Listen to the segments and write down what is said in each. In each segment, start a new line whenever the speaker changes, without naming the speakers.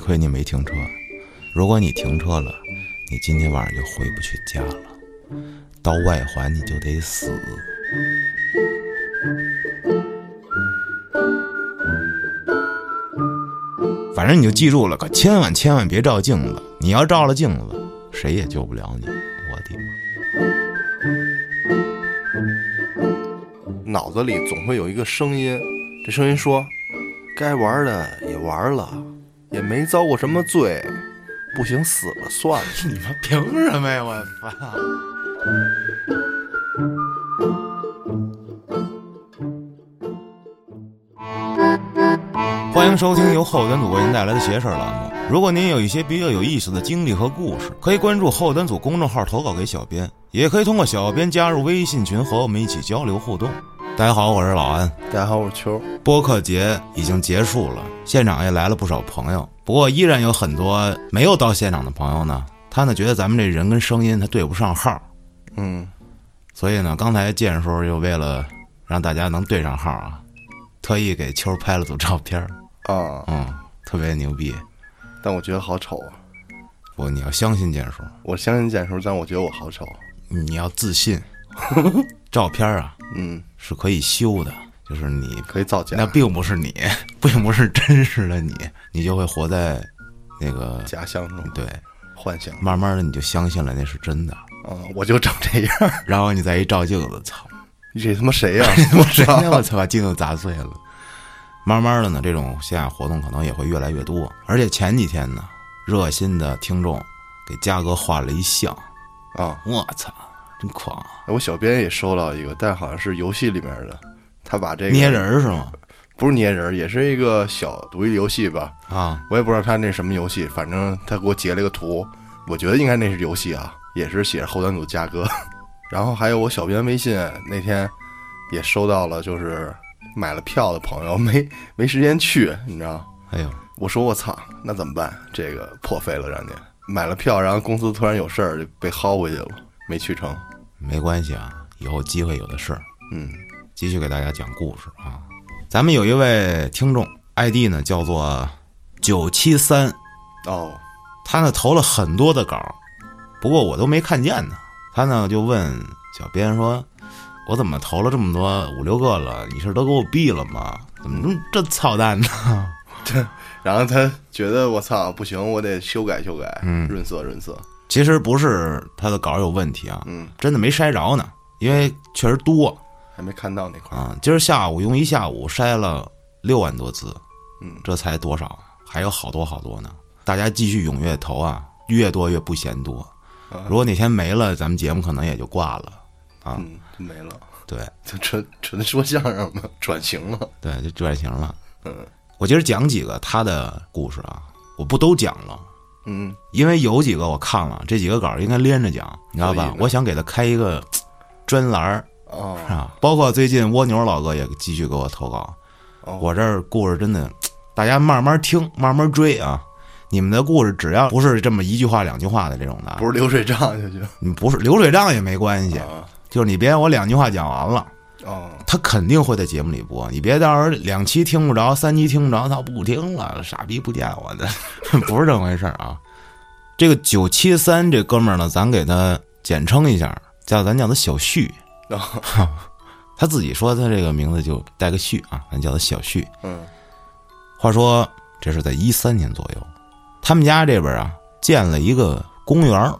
亏你没停车。如果你停车了，你今天晚上就回不去家了，到外环你就得死。反正你就记住了，可千万千万别照镜子。你要照了镜子，谁也救不了你。我的妈！
脑子里总会有一个声音，这声音说：“该玩的也玩了，也没遭过什么罪，不行死了算了。
你妈凭什么呀？我操！
欢迎收听由后端组为您带来的“邪事儿”栏目。如果您有一些比较有意思的经历和故事，可以关注后端组公众号投稿给小编，也可以通过小编加入微信群和我们一起交流互动。大家好，我是老安。”
大家好，我是秋。
播客节已经结束了，现场也来了不少朋友，不过依然有很多没有到现场的朋友呢。他呢觉得咱们这人跟声音他对不上号，
嗯，
所以呢，刚才见的时候又为了让大家能对上号啊，特意给秋儿拍了组照片儿，
啊，
嗯，特别牛逼。
但我觉得好丑啊！
不，你要相信剑叔，
我相信剑叔，但我觉得我好丑。
你要自信。照片儿啊
嗯，
是可以修的，就是你
可以造假
那，并不是你， 并不是真实的你，你就会活在那个
假象中，
对。
幻想
慢慢的你就相信了那是真的，
啊，我就长这样。
然后你再一照镜子，操，
你这他妈谁呀、
我谁呢？我操，把镜子砸碎了。慢慢的呢，这种线下活动可能也会越来越多，而且前几天呢，热心的听众给嘉哥画了一像，
啊，
我操，真狂！
我小编也收到一个，但好像是游戏里面的，他把这个
捏人儿是吗？
不是捏人儿，也是一个小独立游戏吧，
啊，
我也不知道他那什么游戏，反正他给我截了个图，我觉得应该那是游戏啊，也是写着后端组嘉哥。 然后还有我小编微信那天也收到了，就是买了票的朋友 没没时间去，你知道？
哎呦，
我说我操，那怎么办？这个破费了，让你买了票，然后公司突然有事儿就被薅回去了，没去成。
没关系啊，以后机会有的是。
嗯，
继续给大家讲故事啊。咱们有一位听众，ID 呢叫做九七三
哦，
他呢投了很多的稿，不过我都没看见呢。他呢就问小编说：“我怎么投了这么多五六个了？你是都给我毙了吗？怎么这么这操蛋呢
然后他觉得我操不行，我得修改修改，嗯，润色润色，？”
其实不是他的稿有问题啊，
嗯，
真的没筛着呢，因为确实多
还没看到那块儿，
啊。今儿下午用一下午筛了六万多字，
嗯，
这才多少？还有好多好多呢。大家继续踊跃投啊，越多越不嫌多。如果哪天没了，咱们节目可能也就挂了啊。
嗯，没了。
对，
就纯纯说相声嘛，转型了。
对，就转型了。
嗯
我今儿讲几个他的故事啊，我不都讲了，
嗯，
因为有几个我看了，这几个稿儿应该连着讲，你知道
可以
吧
的？
我想给他开一个嘖专栏儿
哦
啊，包括最近蜗牛老哥也继续给我投稿，
哦，
我这儿故事真的，嘖大家慢慢听，慢慢追啊。你们的故事只要不是这么一句话两句话的这种的啊，
不是流水账就行。
你不是流水账也没关系，
啊
就是你别让我两句话讲完了。
哦，
他肯定会在节目里播，你别到时候两期听不着，三期听不着，他不听了，傻逼不见我的， 不是这么回事儿啊。这个九七三这哥们儿呢，咱给他简称一下，叫咱叫他小旭，
然后
他自己说他这个名字就带个旭啊，咱叫他小旭。
嗯
话说这是在一三年左右，他们家这边啊建了一个公园儿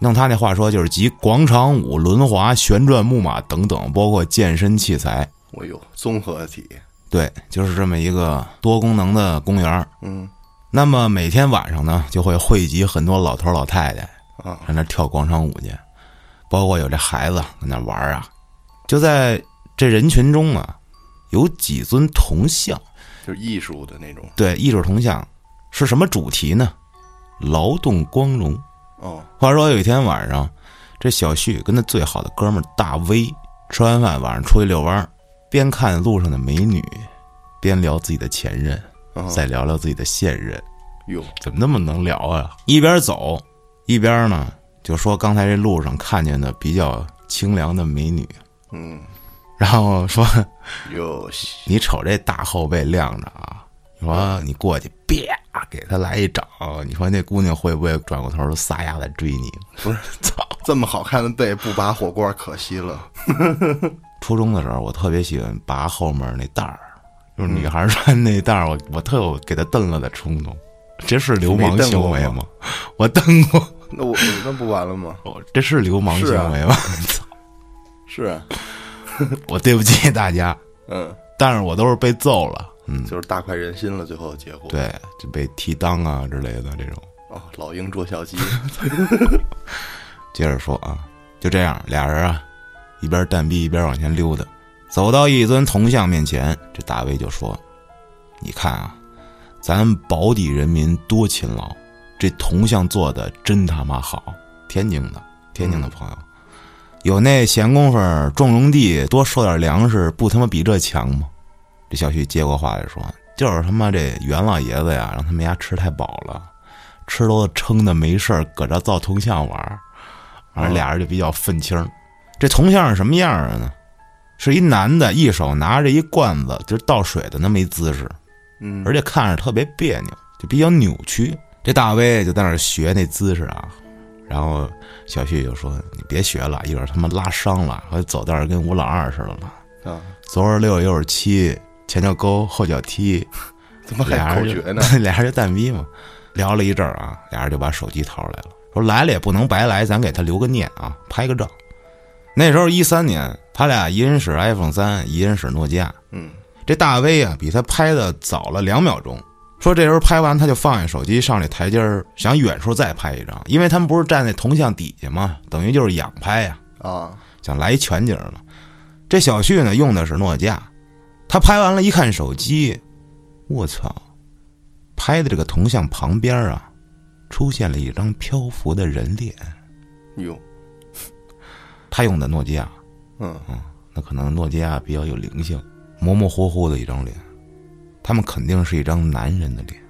用他那话说就是集广场舞、轮滑、旋转木马等等，包括健身器材。
我有综合体。
对，就是这么一个多功能的公园儿。
嗯
那么每天晚上呢，就会汇集很多老头老太太
啊
上那儿跳广场舞去，包括有这孩子跟那玩儿啊。就在这人群中啊，有几尊铜像，
就是艺术的那种。
对，艺术铜像是什么主题呢？劳动光荣。
哦
话说有一天晚上，这小旭跟他最好的哥们儿大威吃完饭，晚上出去遛弯儿，边看路上的美女，边聊自己的前任。
啊
再聊聊自己的现任，
哟
怎么那么能聊啊？一边走，一边呢就说刚才这路上看见的比较清凉的美女，
嗯
然后说
哟
你瞅这大后背晾着啊，说你过去，别给他来一掌，你说那姑娘会不会转过头撒丫子追你？
不是，
操！
这么好看的背不拔火罐可惜了。
初中的时候，我特别喜欢拔后面那带儿，就是女孩穿那带儿，我我特有给她蹬了的冲动。这是流氓行为
你没蹬过
吗？我蹬过，
那我那不完了吗？
我这是啊流氓行为吗？
是啊，
我对不起大家，
嗯，
但是我都是被揍了，嗯，
就是大快人心了，最后的结果。，
对，就被踢裆啊之类的这种。
哦，老鹰捉 小鸡，
接着说啊，就这样，俩人啊，一边蛋逼一边往前溜达，走到一尊铜像面前，这大卫就说：“你看啊，咱保底人民多勤劳，这铜像做的真他妈好，天津的，天津的朋友，有那闲工夫种种地，多收点粮食，不他妈比这强吗？”这小旭接过话来说：“就是他妈这袁老爷子呀，让他们家吃太饱了，吃都撑的没事儿，搁这造铜像玩儿。”而俩人就比较愤青儿。这铜像是什么样儿的呢？是一男的，一手拿着一罐子，就是倒水的那么一姿势，
嗯，
而且看着特别别扭，就比较扭曲。这大威就在那儿学那姿势啊，然后小旭就说：“你别学了，一会儿他妈拉伤了，还走道儿跟吴老二似的了。
啊，
左耳六，右耳七，前脚勾，后脚踢，
怎么还
俩
口
人
诀呢？
就 俩人就蛋逼嘛，聊了一阵儿啊，俩人就把手机掏出来了，说来了也不能白来，咱给他留个念啊，拍个照。那时候一三年，他俩一人使 iPhone 三，一人使诺基亚。
嗯，
这大 V 啊，比他拍的早了两秒钟。说这时候拍完，他就放下手机上这台阶儿，想远处再拍一张，因为他们不是站在铜像底下嘛，等于就是仰拍呀、
啊，
想来一全景了。这小旭呢用的是诺基亚，他拍完了，一看手机，我操！拍的这个铜像旁边啊，出现了一张漂浮的人脸。
哟，
他用的诺基亚，
嗯，
那可能诺基亚比较有灵性，模模糊糊的一张脸，他们肯定是一张男人的脸。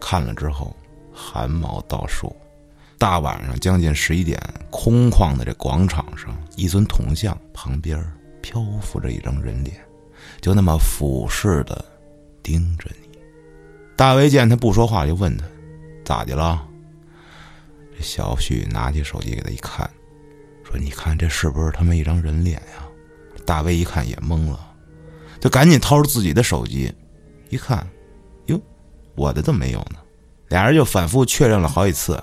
看了之后，汗毛倒竖。大晚上将近十一点，空旷的这广场上，一尊铜像旁边儿漂浮着一张人脸，就那么俯视的盯着你。大卫见他不说话，就问他：“咋的了？”这小旭拿起手机给他一看，说：“你看这是不是他妈一张人脸呀？”大卫一看也懵了，就赶紧掏出自己的手机，一看，哟，我的怎么没有呢？俩人就反复确认了好几次，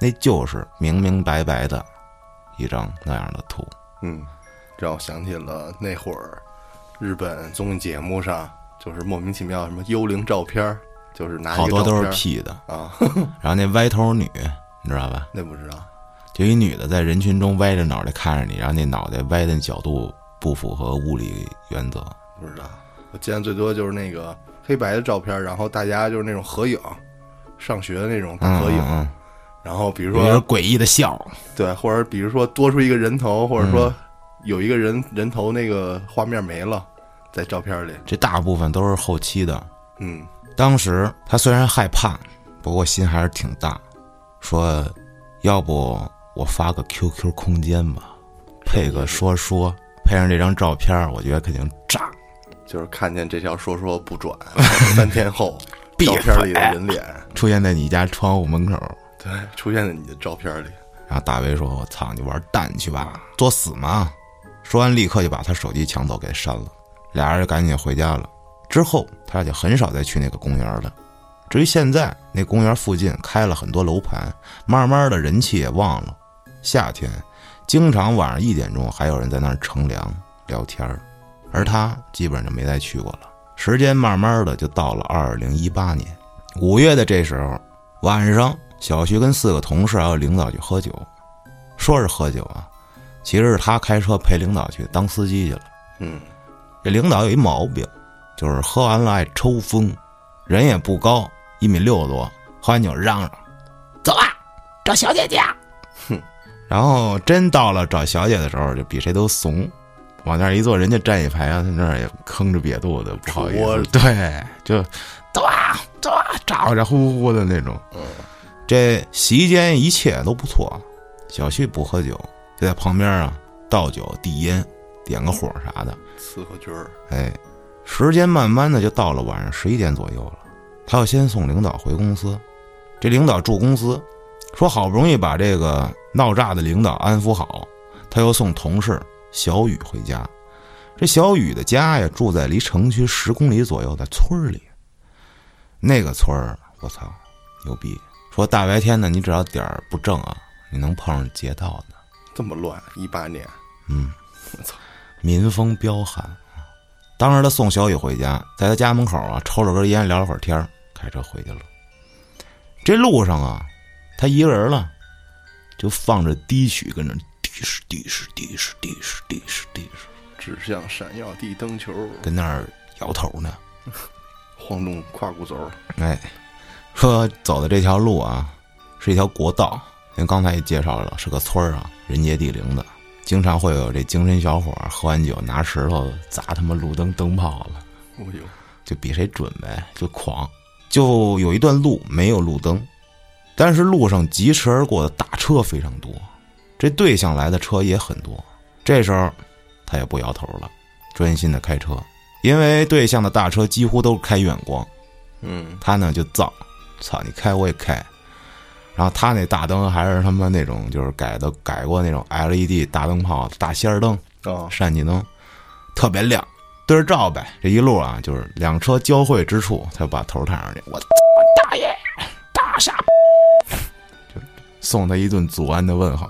那就是明明白白的一张那样的图。
嗯，让我想起了那会儿日本综艺节目上，就是莫名其妙什么幽灵照片儿，就是拿一
好
个
多
照
都是
片儿
P 的。
啊，
然后那歪头女，你知道吧？
那不知道，
就一女的在人群中歪着脑袋看着你，然后那脑袋歪的角度不符合物理原则。
不知道。我见最多就是那个黑白的照片儿，然后大家就是那种合影，上学的那种大
嗯
合影，
嗯
然后比如
嗯，有点
说
诡异的笑。
对，或者比如说多出一个人头，或者
嗯
说有一个人人头那个画面没了，在照片里，
这大部分都是后期的，
嗯
当时他虽然害怕，不过心还是挺大，说：“要不我发个 QQ 空间吧，配个说说，配上这张照片儿，我觉得肯定炸。
就是看见这条说说 不转，三天后照片里的
哎
人脸，”
出现在你家窗户门口，
对，出现在你的照片里。
然后大卫说：“我操，你玩蛋去吧，作死嘛！”说完，立刻就把他手机抢走，给删了。俩人就赶紧回家了。之后，他就很少再去那个公园了。至于现在，那公园附近开了很多楼盘，慢慢的人气也旺了。夏天，经常晚上一点钟还有人在那儿乘凉聊天儿，而他基本上就没再去过了。时间慢慢的就到了二零一八年五月的这时候，晚上小徐跟四个同事还有领导去喝酒，说是喝酒啊，其实是他开车陪领导去当司机去了。
嗯，
这领导有一毛病，就是喝完了爱抽风，人也不高，一米六多，喝完酒嚷嚷：“走啊，找小姐去啊！”
哼，
然后真到了找小姐的时候，就比谁都怂，往那儿一坐，人家站一排啊，他那儿也吭着瘪肚子，不好意
戳
思
着，
对，就走啊走啊，咋着呼呼的那种。这席间一切都不错，小旭不喝酒，就在旁边啊倒酒递烟，点个火啥的。
四合军儿，
哎，时间慢慢的就到了晚上十一点左右了。他要先送领导回公司。这领导住公司，说好不容易把这个闹炸的领导安抚好，他又送同事小雨回家。这小雨的家呀，住在离城区十公里左右的村儿里。那个村儿，我操，牛逼！说大白天的，你只要点儿不正啊，你能碰上劫道的。
这么乱，一八年，
嗯，
我操，
民风彪悍。当时他送小雨回家，在他家门口啊抽了根烟，聊了会儿天儿，开车回去了。这路上啊，他一个人了，就放着低曲跟着滴是滴是滴是滴是滴是滴是，
指向闪耀地灯球，
跟那儿摇头呢。
晃动胯骨轴，
哎，说走的这条路啊，是一条国道，因为刚才也介绍了，是个村儿啊，人杰地灵的，经常会有这精神小伙儿喝完酒拿石头砸他妈路灯灯泡子。
哦呦，
就比谁准呗，就狂。就有一段路没有路灯，但是路上疾驰而过的大车非常多，这对向来的车也很多。这时候他也不摇头了，专心的开车，因为对向的大车几乎都是开远光，
嗯，
他呢就造，操你开我也开。然后他那大灯还是他妈那种就是改的改过那种 LED 大灯泡大仙儿灯，
啊，
闪气灯，特别亮，对着照呗。这一路啊，就是两车交汇之处，他就把头探上去，我操大爷，大傻，就送他一顿祖安的问候。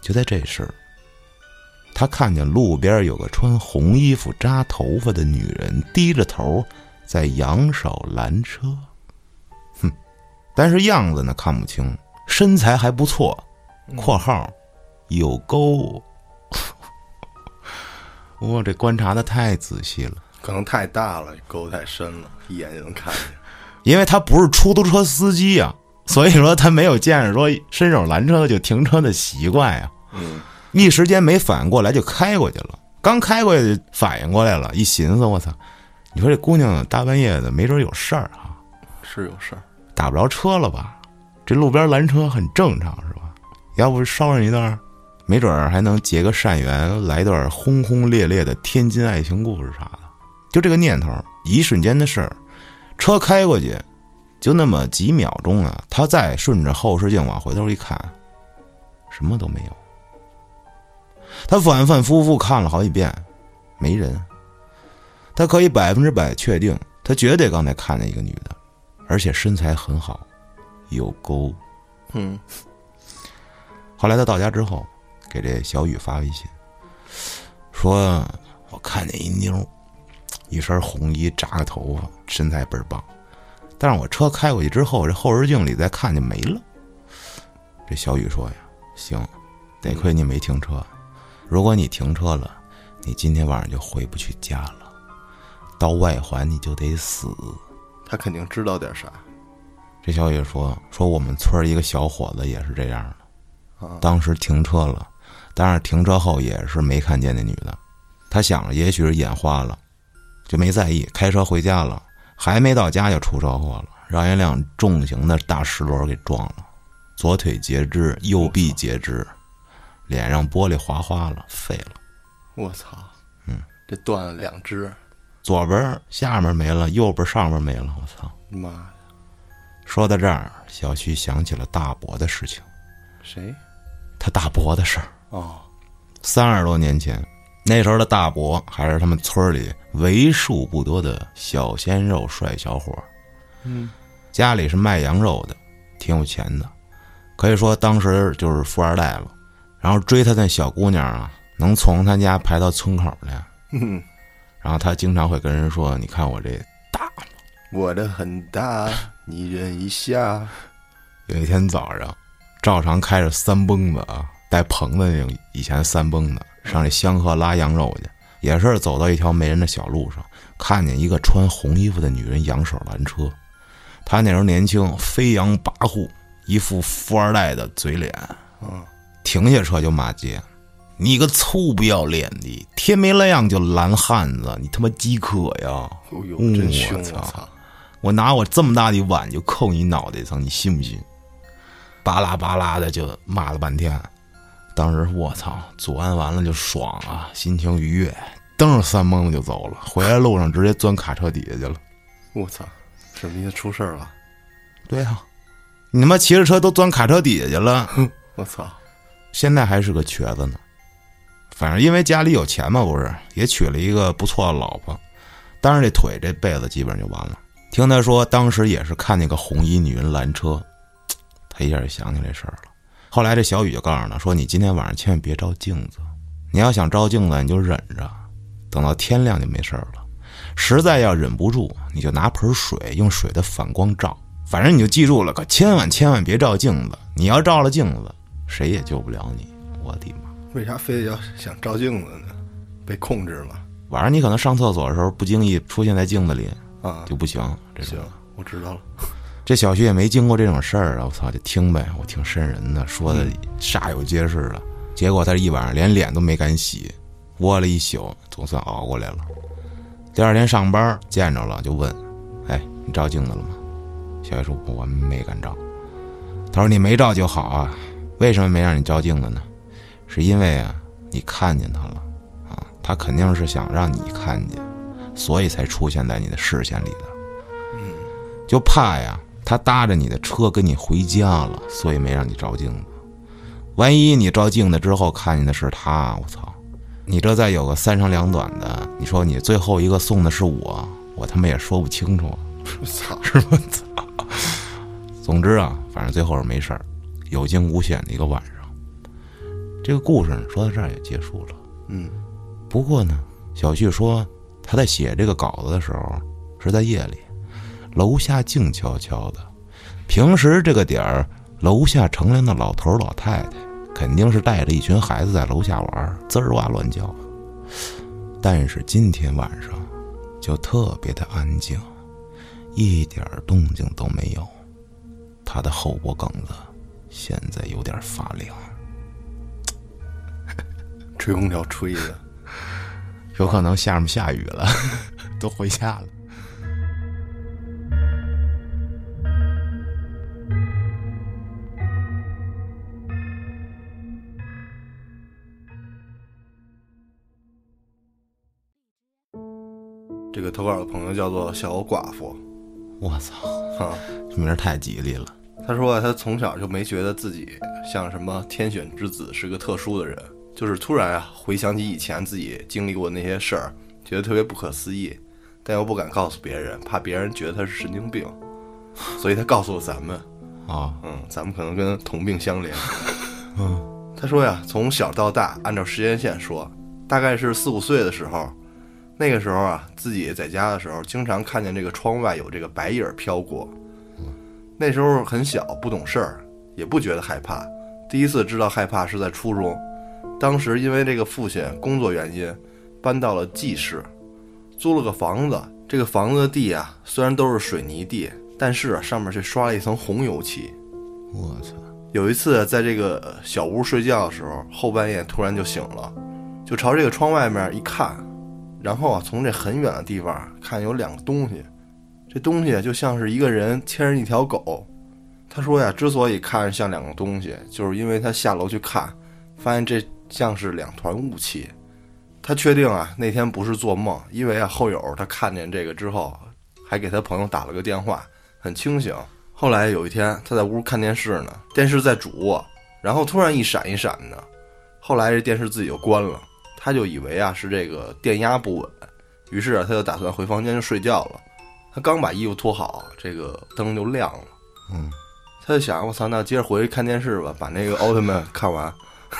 就在这时，他看见路边有个穿红衣服、扎头发的女人，低着头在扬手拦车。哼，但是样子呢看不清，身材还不错。（括号有沟）我、这观察的太仔细了，
可能太大了，沟太深了，一眼就能看见，
因为他不是出租车司机呀、 所以说他没有见着说伸手拦车就停车的习惯呀、
嗯，
一时间没反应过来就开过去了。刚开过去反应过来了，一寻思我操，你说这姑娘大半夜的没准有事儿啊，
是有事儿，
打不着车了吧？这路边拦车很正常是吧？要不捎上一段儿，没准儿还能结个善缘，来段轰轰烈烈的天津爱情故事啥的。就这个念头，一瞬间的事儿，车开过去，就那么几秒钟啊，他再顺着后视镜往回头一看，什么都没有。他反反复复看了好几遍，没人。他可以百分之百确定，他绝对刚才看见一个女的。而且身材很好，有沟。
嗯，
后来他到家之后，给这小雨发微信，说我看见一妞儿，一身红衣，扎个头发，身材倍儿棒。但是我车开过去之后，这后视镜里再看见没了。这小雨说呀，行，得亏你没停车，如果你停车了，你今天晚上就回不去家了，到外环你就得死。
他肯定知道点啥，
这小雨说：“说我们村儿一个小伙子也是这样
啊
的，当时停车了，但是停车后也是没看见那女的，他想着也许是眼花了，就没在意，开车回家了，还没到家就出车祸了，让一辆重型的大石轮给撞了，左腿截肢，右臂截肢，脸上玻璃划花了，废了，
我操，嗯，这断了两只，
左边儿下面没了，右边儿上面没了，我操！
妈呀，
说到这儿，小旭想起了大伯的事情，
谁？
他大伯的事儿。”
哦，
三十多年前，那时候的大伯还是他们村里为数不多的小鲜肉帅小伙。
嗯，
家里是卖羊肉的，挺有钱的，可以说当时就是富二代了。然后追他那小姑娘啊，能从他家排到村口来。
嗯，
然后他经常会跟人说：“你看我这
我的很大，你忍一下，
有一天早上，照常开着三蹦子啊，带棚的那种以前三蹦子，上这香河拉羊肉去，也是走到一条没人的小路上，看见一个穿红衣服的女人扬手拦车。她那时候年轻，飞扬跋扈，一副富二代的嘴脸。
嗯，
停下车就骂街：“你个臭不要脸的，天没亮就拦汉子，你他妈饥渴呀！
哦呦，
嗯
真凶，
我
我
操
操，
我拿我这么大的碗就扣你脑袋上，你信不信？巴拉巴拉的就骂了半天。当时我操，左安完了就爽啊，心情愉悦，蹬着三蹦子就走了。回来路上直接钻卡车底下去了。
我操，这么一出事儿了，
对呀、你他妈骑着车都钻卡车底下去了，
我操！
现在还是个瘸子呢。反正因为家里有钱嘛，不是也娶了一个不错的老婆，但是这腿这辈子基本就完了。听他说，当时也是看那个红衣女人拦车，他一下就想起这事儿了。后来这小雨就告诉他说：“你今天晚上千万别照镜子，你要想照镜子你就忍着，等到天亮就没事儿了。实在要忍不住，你就拿盆水用水的反光照，反正你就记住了，可千万千万别照镜子。你要照了镜子，谁也救不了你。我的妈！”
为啥非得要想照镜子呢？被控制了
晚上你可能上厕所的时候不经意出现在镜子里
啊！
就不行，这种
行，我知道了。
这小徐也没经过这种事儿啊！我操，就听呗，我挺瘆人的，说的煞有介事的。结果他这一晚上连脸都没敢洗，窝了一宿，总算熬过来了。第二天上班见着了就问：“哎，你照镜子了吗？”小徐说：“我没敢照。”他说：“你没照就好啊，为什么没让你照镜子呢？是因为啊，你看见他了啊，他肯定是想让你看见，所以才出现在你的视线里的。”就怕呀，他搭着你的车跟你回家了，所以没让你照镜子。万一你照镜子之后看见的是他，我操！你这再有个三长两短的，你说你最后一个送的是我，我他妈也说不清楚。
我操！
总之啊，反正最后是没事儿，有惊无险的一个晚上。这个故事呢说到这儿也结束了。
嗯，
不过呢，小旭说他在写这个稿子的时候是在夜里，楼下静悄悄的。平时这个点儿，楼下乘凉的老头儿老太太肯定是带着一群孩子在楼下玩儿，滋儿哇乱叫。但是今天晚上就特别的安静，一点儿动静都没有。他的后脖梗子现在有点发凉，
吹空调吹的，
有可能下面下雨了， 都回家 了。
这个投稿的朋友叫做小寡妇
我操，
啊。
这名儿太吉利了。
他说啊，他从小就没觉得自己像什么天选之子是个特殊的人，就是突然啊回想起以前自己经历过那些事儿，觉得特别不可思议，但又不敢告诉别人，怕别人觉得他是神经病，所以他告诉了咱们，
啊、
嗯，咱们可能跟同病相怜。嗯，他说呀，从小到大，按照时间线说，大概是四五岁的时候，那个时候啊，自己在家的时候，经常看见这个窗外有这个白影儿飘过。那时候很小，不懂事儿，也不觉得害怕。第一次知道害怕是在初中，当时因为这个父亲工作原因，搬到了济市，租了个房子。这个房子的地啊，虽然都是水泥地，但是啊上面却刷了一层红油漆。
我操，
有一次在这个呃小屋睡觉的时候，后半夜突然就醒了，就朝这个窗外面一看，然后啊从这很远的地方看有两个东西，这东西就像是一个人牵着一条狗。他说呀，之所以看着像两个东西，就是因为他下楼去看，发现这像是两团雾气。他确定啊那天不是做梦，因为啊后友他看见这个之后，还给他朋友打了个电话，很清醒。后来有一天，他在屋看电视呢，电视在主卧，然后突然一闪一闪的，后来这电视自己就关了，他就以为啊是这个电压不稳，于是啊他就打算回房间就睡觉了。他刚把衣服脱好，这个灯就亮了，
嗯，
他就想我操，那接着回去看电视吧，把那个奥 特曼看完。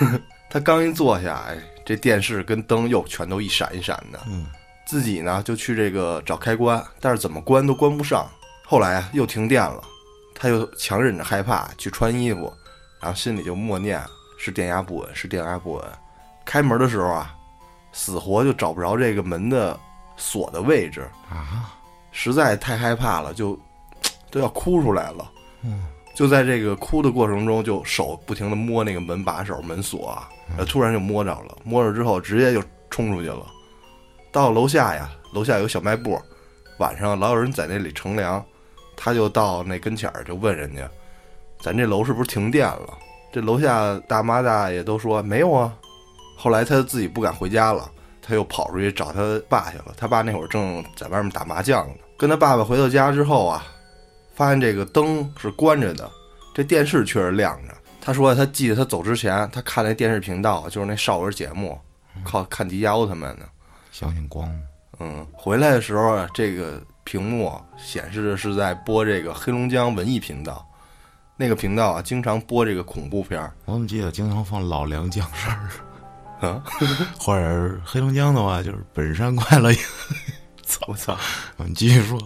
他刚一坐下，哎，这电视跟灯又全都一闪一闪的，
嗯，
自己呢就去这个找开关，但是怎么关都关不上。后来啊又停电了。他又强忍着害怕去穿衣服，然后心里就默念是电压不稳，是电压不稳。开门的时候啊，死活就找不着这个门的锁的位置，
啊，
实在太害怕了，就都要哭出来了。就在这个哭的过程中，就手不停的摸那个门把手、门锁啊，呃突然就摸着了，摸着之后直接就冲出去了。到楼下呀，楼下有个小卖部，晚上老有人在那里乘凉，他就到那跟前儿就问人家：“咱这楼是不是停电了？”这楼下大妈大爷都说没有啊。后来他自己不敢回家了，他又跑出去找他爸去了。他爸那会儿正在外面打麻将呢。跟他爸爸回到家之后啊，发现这个灯是关着的，这电视却是亮着。他说他记得他走之前，他看那电视频道就是那少儿节目，靠看迪迦奥特曼呢。
相信光吗？
嗯，回来的时候啊，这个屏幕显示的是在播这个黑龙江文艺频道，那个频道啊，经常播这个恐怖片儿。
我怎么记得经常放老梁讲事儿，
啊，
或者是黑龙江的话就是本山快乐营。
我操！
我们继续说，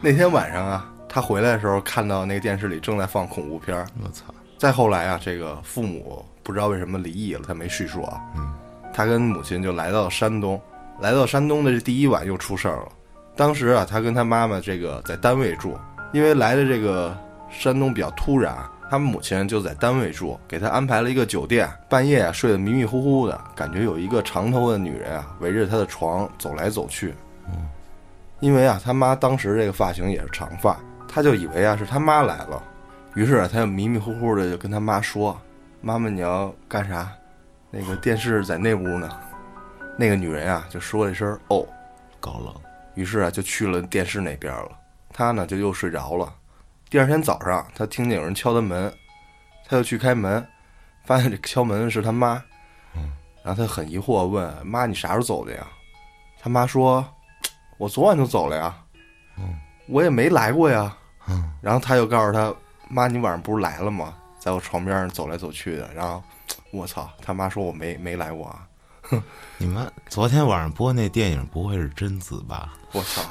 那天晚上啊，他回来的时候看到那个电视里正在放恐怖片儿。
我操，
再后来啊，这个父母不知道为什么离异了，他没叙述啊。嗯，他跟母亲就来到山东，来到山东的这第一晚又出事儿了。当时啊，他跟他妈妈这个在单位住，因为来的这个山东比较突然，他们母亲就在单位住，给他安排了一个酒店。半夜啊，睡得迷迷糊糊的，感觉有一个长头发的女人啊围着他的床走来走去。因为啊，他妈当时这个发型也是长发，他就以为啊是他妈来了，于是啊他就迷迷糊糊的就跟他妈说：“妈妈，你要干啥？那个电视在那屋呢。”那个女人啊就说了一声“哦
高冷。”，
于是啊就去了电视那边了。他呢就又睡着了。第二天早上，他听见有人敲他门，他就去开门，发现这敲门的是他妈。然后他很疑惑地问：“妈，你啥时候走的呀？”他妈说：“我昨晚就走了呀，我也没来过呀。”
嗯
然后他又告诉他：“妈，你晚上不是来了吗？在我床边上走来走去的。”然后我操，他妈说我没没来过啊！
你们昨天晚上播那电影不会是贞子吧？
我操！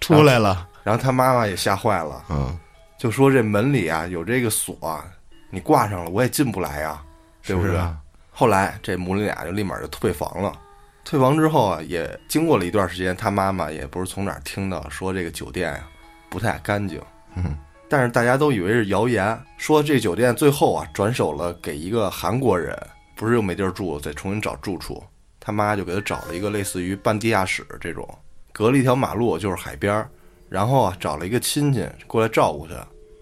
出来了，
然后他妈妈也吓坏了，
嗯，
就说这门里啊有这个锁啊、你挂上了我也进不来呀、对
是
不
不
对？
是？啊
后来这母女俩就立马就退房了。退房之后啊，也经过了一段时间，他妈妈也不是从哪儿听到说这个酒店呀、不太干净，
嗯，
但是大家都以为是谣言，说这酒店最后啊转手了给一个韩国人，不是又没地儿住，得重新找住处。他妈就给他找了一个类似于半地下室这种，隔了一条马路就是海边儿，然后啊找了一个亲戚过来照顾他，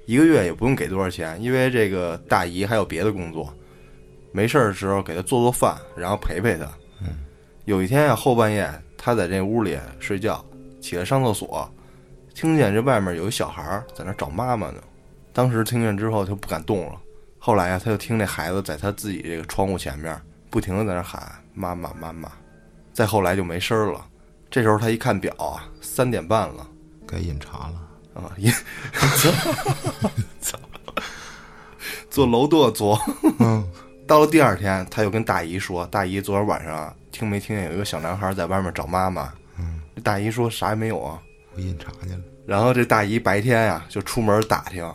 一个月也不用给多少钱，因为这个大姨还有别的工作，没事儿的时候给他做做饭，然后陪陪他。嗯，有一天啊，后半夜他在这屋里睡觉，起来上厕所，听见这外面有一小孩儿在那找妈妈呢。当时听见之后就不敢动了。后来啊，他就听那孩子在他自己这个窗户前面不停的在那喊妈妈妈妈。再后来就没声儿了。这时候他一看表啊，三点半了
该饮茶了。
啊，也坐楼垛坐。
嗯，
到了第二天，他又跟大姨说：“大姨，昨天晚上啊听没听见有一个小男孩在外面找妈妈？”嗯，大姨说啥也没有啊。
我饮茶去了。
然后这大姨白天呀、就出门打听，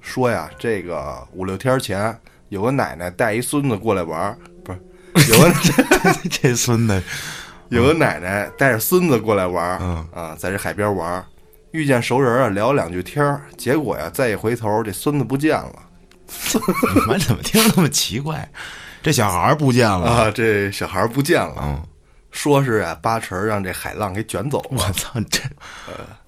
说呀这个五六天前有个奶奶带一孙子过来玩儿，不是有个
这孙子，
有个奶奶带着孙子过来玩儿，
嗯
啊，在这海边玩儿，遇见熟人啊聊两句天儿，结果呀再一回头这孙子不见了
你们怎么听着那么奇怪？这小孩儿不见了。
啊，这小孩儿不见了，
嗯，
说是啊八成儿让这海浪给卷走了
我。操，这，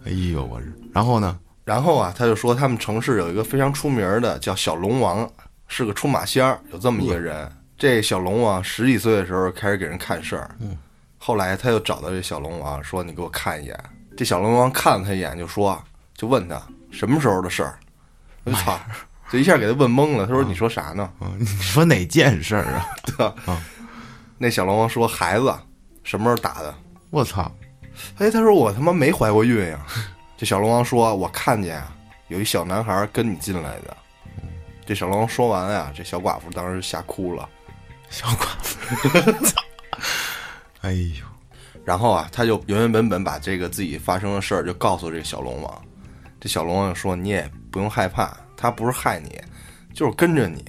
哎呦，我日！然后呢？
然后啊，他就说他们城市有一个非常出名的叫小龙王，是个出马仙儿，有这么一个人。这小龙王十几岁的时候开始给人看事儿，嗯，后来他又找到这小龙王说：“你给我看一眼。”这小龙王看了他一眼，就说：“就问他什么时候的事儿。”我就操，就一下给他问懵了。他说：“你说啥呢
嗯，你说哪件事儿 啊？？”
那小龙王说：“孩子，什么时候打的？”
我操！
哎，他说我他妈没怀过孕呀、 这小龙王说，我看见啊，有一小男孩跟你进来的。这小龙王说完啊呀、这小寡妇当时吓哭了。
小寡妇， 哎呦，
然后啊，他就原原本本把这个自己发生的事儿就告诉这个小龙王。这小龙王就说：“你也不用害怕，他不是害你，就是跟着你，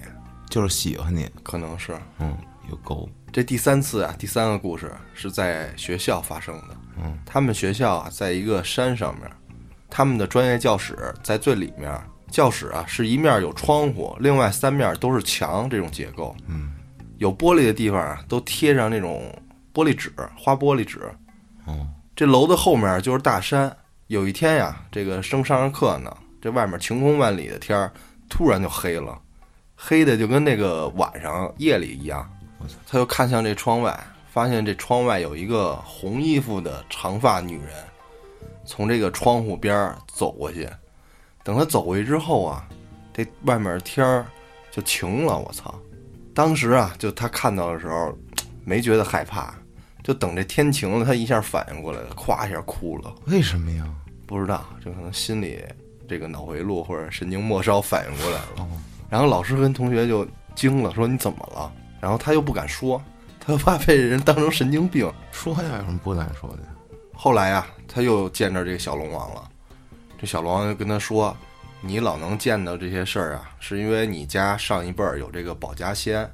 就是喜欢你，
可能是。”
嗯，有够，
这第三次啊，第三个故事是在学校发生的。嗯，他们学校啊，在一个山上面，他们的专业教室在最里面。教室啊，是一面有窗户，另外三面都是墙这种结构。嗯，有玻璃的地方啊，都贴上那种玻璃纸、花玻璃纸。
哦，
这楼的后面就是大山。有一天呀、这个正上着课呢，这外面晴空万里的天儿，突然就黑了，黑的就跟那个晚上夜里一样。他就看向这窗外，发现这窗外有一个红衣服的长发女人，从这个窗户边儿走过去。等她走过去之后啊，这外面天儿就晴了。我操！当时啊，就她看到的时候，没觉得害怕，就等这天晴了，她一下反应过来了，咵一下哭了。
为什么呀？
不知道，就可能心里这个脑回路或者神经末梢反应过来了。然后老师跟同学就惊了，说你怎么了？然后他又不敢说，他又怕被人当成神经病。
说呀，有什么不敢说的？
后来啊，他又见着这个小龙王了，这小龙王就跟他说：“你老能见到这些事儿啊，是因为你家上一辈儿有这个保家仙，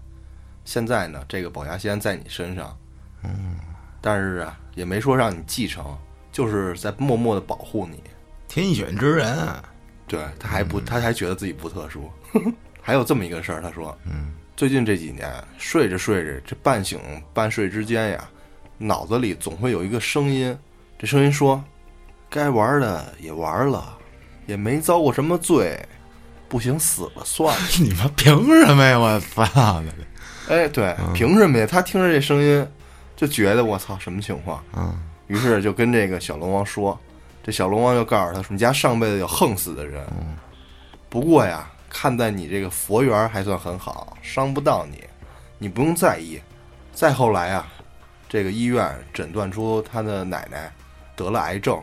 现在呢，这个保家仙在你身上，嗯，但是啊，也没说让你继承，就是在默默的保护你。”
天选之人啊
对他还不，他还觉得自己不特殊。还有这么一个事儿，他说，嗯，最近这几年睡着睡着，这半醒半睡之间呀，脑子里总会有一个声音，这声音说，该玩的也玩了，也没遭过什么罪，不行死了算 了。
你妈凭什么呀？我 操的！
哎，对，凭什么呀？他听着这声音，就觉得我操什么情况？
嗯，
于是就跟这个小龙王说，这小龙王就告诉他说，你家上辈子有横死的人，不过呀，看在你这个佛缘还算很好，伤不到你，你不用在意。再后来啊，这个医院诊断出他的奶奶得了癌症，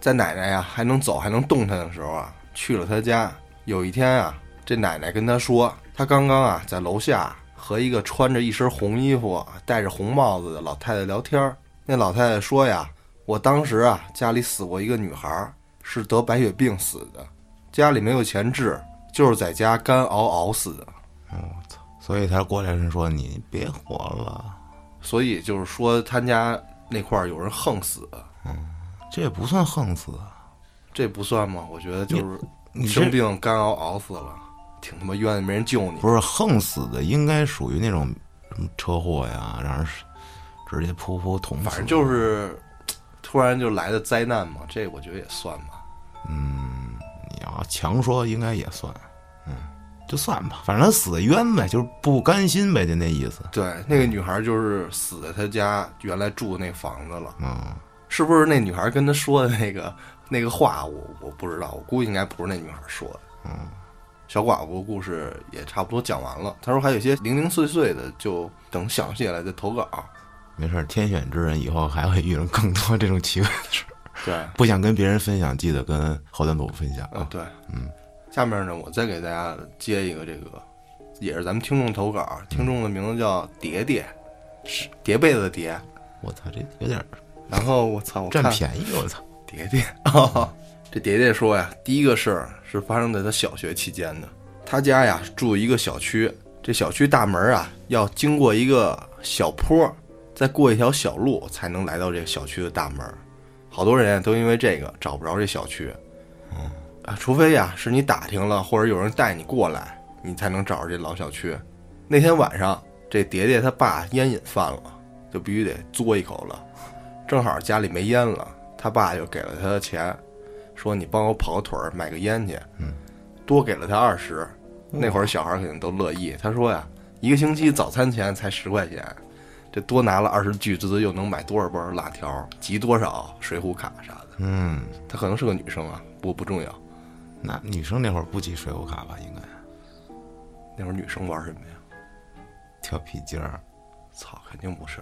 在奶奶呀、还能走还能动弹的时候啊，去了他家。有一天啊，这奶奶跟他说，他刚刚啊在楼下和一个穿着一身红衣服、戴着红帽子的老太太聊天儿。那老太太说呀，我当时啊家里死过一个女孩儿，是得白血病死的，家里没有钱治，就是在家干熬熬死的。
所以他过来人说你别活了，
所以就是说他家那块儿有人横死，
这也不算横死啊。
这不算吗？我觉得就是
你
生
这
病干熬熬死了，挺他妈冤的，没人救你。
不是横死的，应该属于那种什么车祸呀，让人直接噗噗捅死。
反正就是突然就来的灾难嘛，这我觉得也算吧。
你要啊强说，应该也算，嗯，就算吧，反正死得冤呗，就是不甘心呗，就那意思。
对，那个女孩就是死在她家原来住的那房子了，
嗯，
是不是那女孩跟她说的那个那个话我？我不知道，我估计应该不是那女孩说的。嗯，小寡妇故事也差不多讲完了。她说还有一些零零碎碎的，就等想起来再投稿。
没事儿，天选之人以后还会遇上更多这种奇怪的事儿。
对，
不想跟别人分享，记得跟后端组分享
嗯，
啊。
对，嗯。下面呢，我再给大家接一个这个，也是咱们听众投稿，听众的名字叫蝶蝶，是叠被子的叠。
我操，这有点儿
然后我操，我看
占便宜，我操，
蝶蝶啊， 这蝶蝶说呀，第一个事儿是发生在他小学期间的。他家呀住一个小区，这小区大门啊要经过一个小坡，再过一条小路才能来到这个小区的大门。好多人啊都因为这个找不着这小区。啊，除非呀是你打听了，或者有人带你过来，你才能找着这老小区。那天晚上，这蝶蝶他爸烟瘾犯了，就必须得嘬一口了。正好家里没烟了，他爸就给了他钱，说你帮我跑个腿儿买个烟去。嗯，多给了他二十。那会儿小孩儿肯定都乐意。他说呀，一个星期早餐钱才十块钱，这多拿了二十巨资，又能买多少包辣条，集多少水浒卡啥的。
嗯，
她可能是个女生啊，不不重要。
那女生那会儿不集水浒卡吧？应该
那会儿女生玩什么呀？
跳皮筋儿。
操，肯 定不是。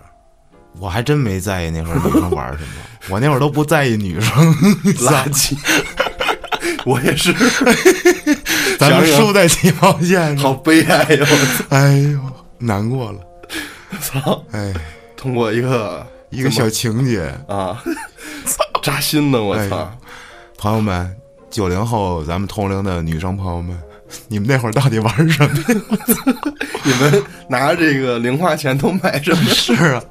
我还真没在意那会儿女生玩什么， 我那会儿都不在意女生，
垃圾。 我也是，
咱们
想想
输在起跑线上
好，悲哀哟！
哎呦，难过了，
操，
哎，
通过一个
一个小情节，
啊，扎心呢！我操，
哎朋友们，九零后咱们同龄的女生朋友们，你们那会儿到底玩什么？
你们拿这个零花钱都买什么？
是啊，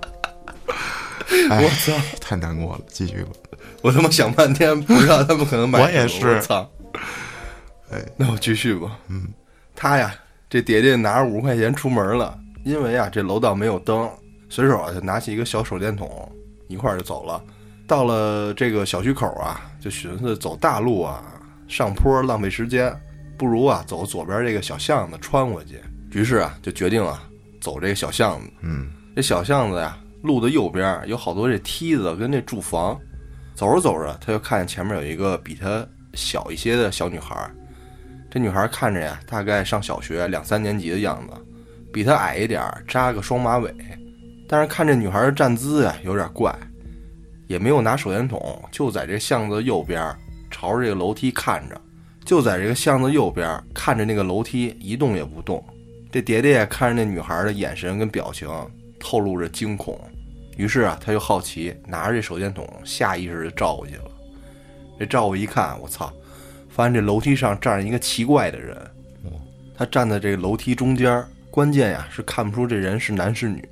哎
我操，
太难过了，继续吧。
我他妈想半天，不知道他们可能买什么。
我也是
我操！
哎，
那我继续吧。嗯，他呀，这蝶蝶拿着五十块钱出门了，因为啊，这楼道没有灯，随手啊就拿起一个小手电筒，一块儿就走了。到了这个小区口啊，就寻思走大路啊，上坡浪费时间，不如啊走左边这个小巷子穿过去。于是啊，就决定啊走这个小巷子。
嗯，
这小巷子呀，路的右边有好多这梯子跟这住房，走着走着，他就看见前面有一个比他小一些的小女孩儿。这女孩儿看着呀，大概上小学两三年级的样子，比他矮一点儿，扎个双马尾。但是看这女孩儿的站姿呀，有点怪，也没有拿手电筒，就在这巷子右边儿朝着这个楼梯看着，就在这个巷子右边儿看着那个楼梯一动也不动。这蝶蝶看着那女孩儿的眼神跟表情，透露着惊恐。于是啊，他就好奇，拿着这手电筒，下意识就照过去了。这照过一看，我操！发现这楼梯上站着一个奇怪的人，他站在这个楼梯中间儿，关键呀是看不出这人是男是女，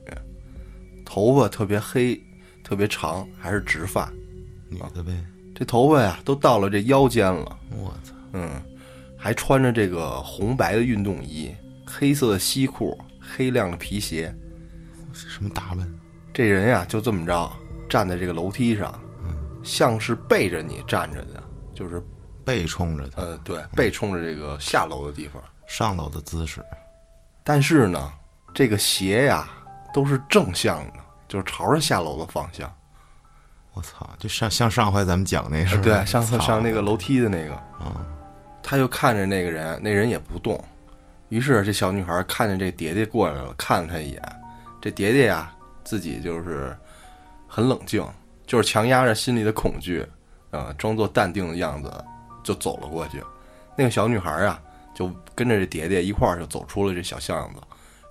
头发特别黑，特别长，还是直发。
女的呗，
这头发呀都到了这腰间了，
我操，
嗯，还穿着这个红白的运动衣、黑色的西裤、黑亮的皮鞋。
什么打扮？
这人呀就这么着站在这个楼梯上，像是背着你站着的，就是
背冲着她，
呃对，背冲着这个下楼的地方。
上楼的姿势，
但是呢，这个鞋呀都是正向的，就是朝着下楼的方向。
我操，就上像上回咱们讲那事儿，
对，上次
操
上那个楼梯的那个，
嗯
他就看着那个人，那人也不动。于是这小女孩看见这蝶蝶过来了，看了他一眼。这蝶蝶呀，自己就是很冷静，就是强压着心里的恐惧，呃，装作淡定的样子就走了过去。那个小女孩啊，就跟着这蝶蝶一块儿就走出了这小巷子。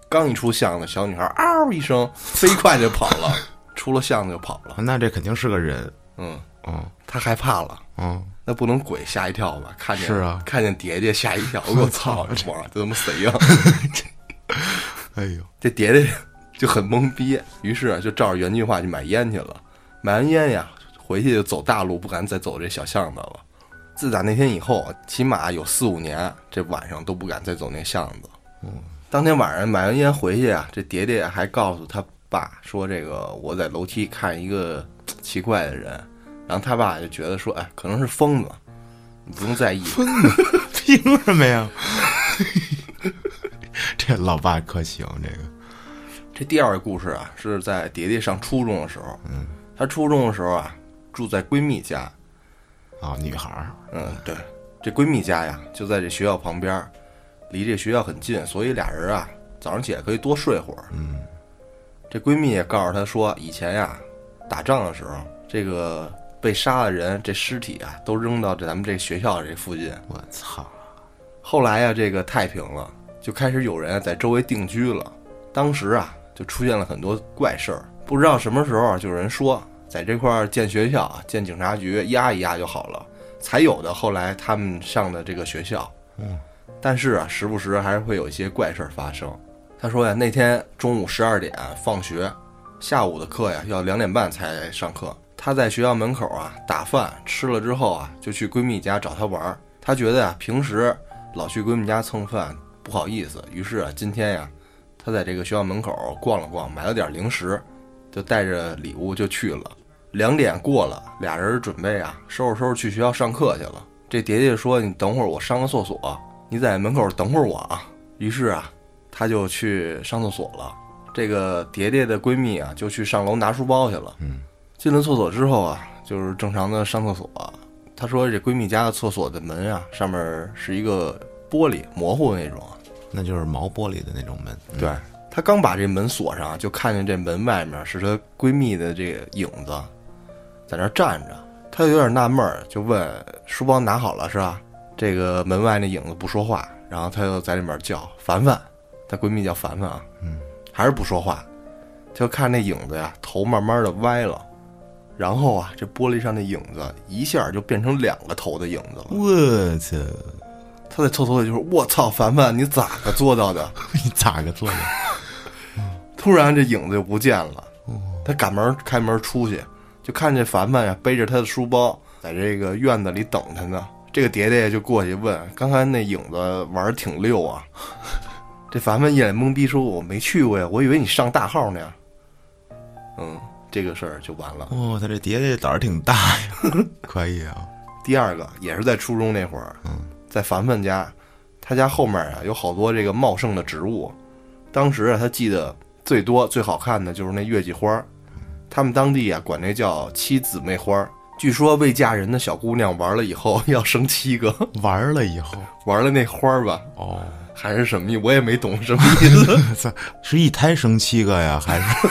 刚一出巷子，小女孩嗷一声飞快就跑了，出了巷子就跑了。
那这肯定是个人，
嗯，
嗯
她害怕了。
嗯，
那不能鬼吓一跳吧？看见
是啊
看见蝶蝶吓一跳， 我操！这玩意儿这他妈谁呀？
哎呦，
这蝶蝶就很懵逼，于是啊就照着原计划去买烟去了。买完烟呀，回去就走大路，不敢再走这小巷子了。自打那天以后，起码有四五年，这晚上都不敢再走那巷子。
嗯
当天晚上买完烟回去啊，这蝶蝶还告诉他爸说：“这个我在楼梯看一个嘖奇怪的人。”然后他爸就觉得说：“哎，可能是疯子，你不用在意。”
凭什么 呀？这老爸可行，这个
这第二个故事啊，是在蝶蝶上初中的时候。嗯，她初中的时候啊，住在闺蜜家。
啊，女孩儿，
嗯，对，这闺蜜家呀，就在这学校旁边儿，离这学校很近，所以俩人啊，早上起来可以多睡会儿。嗯，这闺蜜也告诉她说，以前呀，打仗的时候，这个被杀的人这尸体啊，都扔到这咱们这学校这附近。
我操，
后来呀，这个太平了，就开始有人在周围定居了。当时啊，就出现了很多怪事儿，不知道什么时候啊就有人说，在这块儿建学校、啊建警察局，压一压就好了，才有的后来他们上的这个学校。嗯，但是啊，时不时还是会有一些怪事儿发生。他说呀，那天中午十二点放学，下午的课呀要两点半才上课。他在学校门口啊打饭，吃了之后啊就去闺蜜家找她玩儿。他觉得呀、啊平时老去闺蜜家蹭饭不好意思，于是啊今天呀、他在这个学校门口逛了逛，买了点零食，就带着礼物就去了。两点过了，俩人准备啊收拾收拾去学校上课去了。这蝶蝶说：“你等会儿，我上个厕所，你在门口等会儿我啊。”于是啊，她就去上厕所了。这个蝶蝶的闺蜜啊，就去上楼拿书包去了。
嗯，
进了厕所之后啊，就是正常的上厕所。她说这闺蜜家的厕所的门啊，上面是一个玻璃模糊的那种，
那就是毛玻璃的那种门，嗯
对，她刚把这门锁上，就看见这门外面是她闺蜜的这个影子，在那儿站着。她有点纳闷儿，就问：“书包拿好了是吧？”这个门外那影子不说话，然后她又在里面叫：“凡凡。”她闺蜜叫凡凡啊，嗯，还是不说话。就看那影子呀，头慢慢的歪了，然后啊，这玻璃上的影子一下就变成两个头的影子了。
我操，
她在厕所里就说：“我操，凡凡，你咋个做到的？”
你咋个做的？
突然这影子就不见了，他赶门开门出去，就看见凡凡呀背着他的书包在这个院子里等他呢。这个蝶蝶就过去问：“刚才那影子玩儿挺溜啊？” 这凡凡一脸懵逼说：“我没去过呀，我以为你上大号呢。”嗯，这个事儿就完了。
哇、他这蝶蝶胆儿挺大 呀，可以啊，
第二个也是在初中那会儿，
嗯
在凡凡家，他家后面啊有好多这个茂盛的植物。当时啊，他记得最多最好看的就是那月季花儿，他们当地啊管这叫七姊妹花儿。据说未嫁人的小姑娘玩了以后 要生七个，
玩了以后，
玩了那花儿吧，
哦，
还是什么意？我也没懂什么意思。
是一胎生七个呀，还是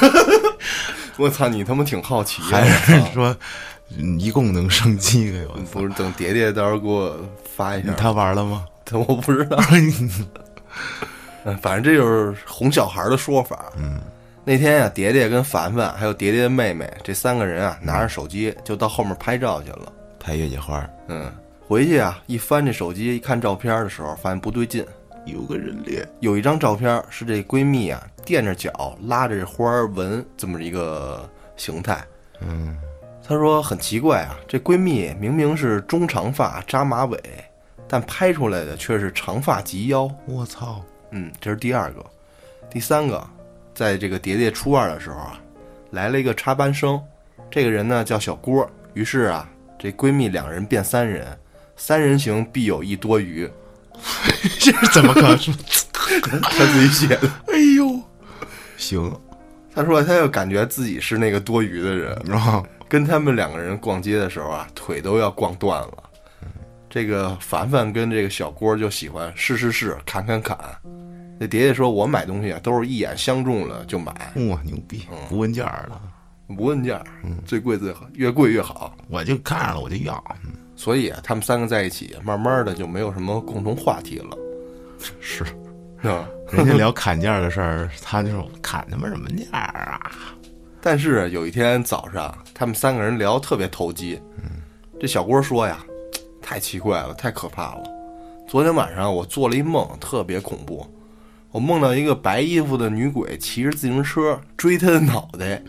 我操，你他妈挺好奇、
还
啊，我
是
操
说嗯一共能生七个呀？ 我
不是？等蝶蝶到时候给我发一下，
他玩了吗？
我不知道。嗯，反正这就是哄小孩的说法。嗯，那天呀、蝶蝶跟凡凡还有蝶蝶的妹妹这三个人啊，拿着手机就到后面拍照去了。
拍月季花儿，
嗯，回去啊，一翻这手机，一看照片的时候，发现不对劲，
有个人脸，
有一张照片是这闺蜜啊垫着脚拉着这花儿纹这么一个形态。嗯，她说很奇怪啊，这闺蜜明明是中长发扎马尾，但拍出来的却是长发及腰。
我操！
嗯，这是第二个，第三个，在这个蝶蝶初二的时候啊，来了一个插班生，这个人呢叫小郭。于是啊，这闺蜜两人变三人，三人行必有一多余，
这是怎么可能？
他自己写的。
哎呦，行，
他说他就感觉自己是那个多余的人，
然后
跟他们两个人逛街的时候啊，腿都要逛断了。这个凡凡跟这个小郭就喜欢试试试，砍砍砍。那蝶蝶说：“我买东西啊，都是一眼相中了就买，
哇牛逼，不问价儿了，
不问价，最贵最好，越贵越好。
我就看上了我就要，嗯
所以啊，他们三个在一起，慢慢的就没有什么共同话题了，
是。
是吧？
人家聊砍价的事儿，他就说砍他妈什么价儿啊？
但是有一天早上，他们三个人聊得特别投机。这小郭说呀，太奇怪了，太可怕了。昨天晚上我做了一梦，特别恐怖。我梦到一个白衣服的女鬼骑着自行车追他的脑袋，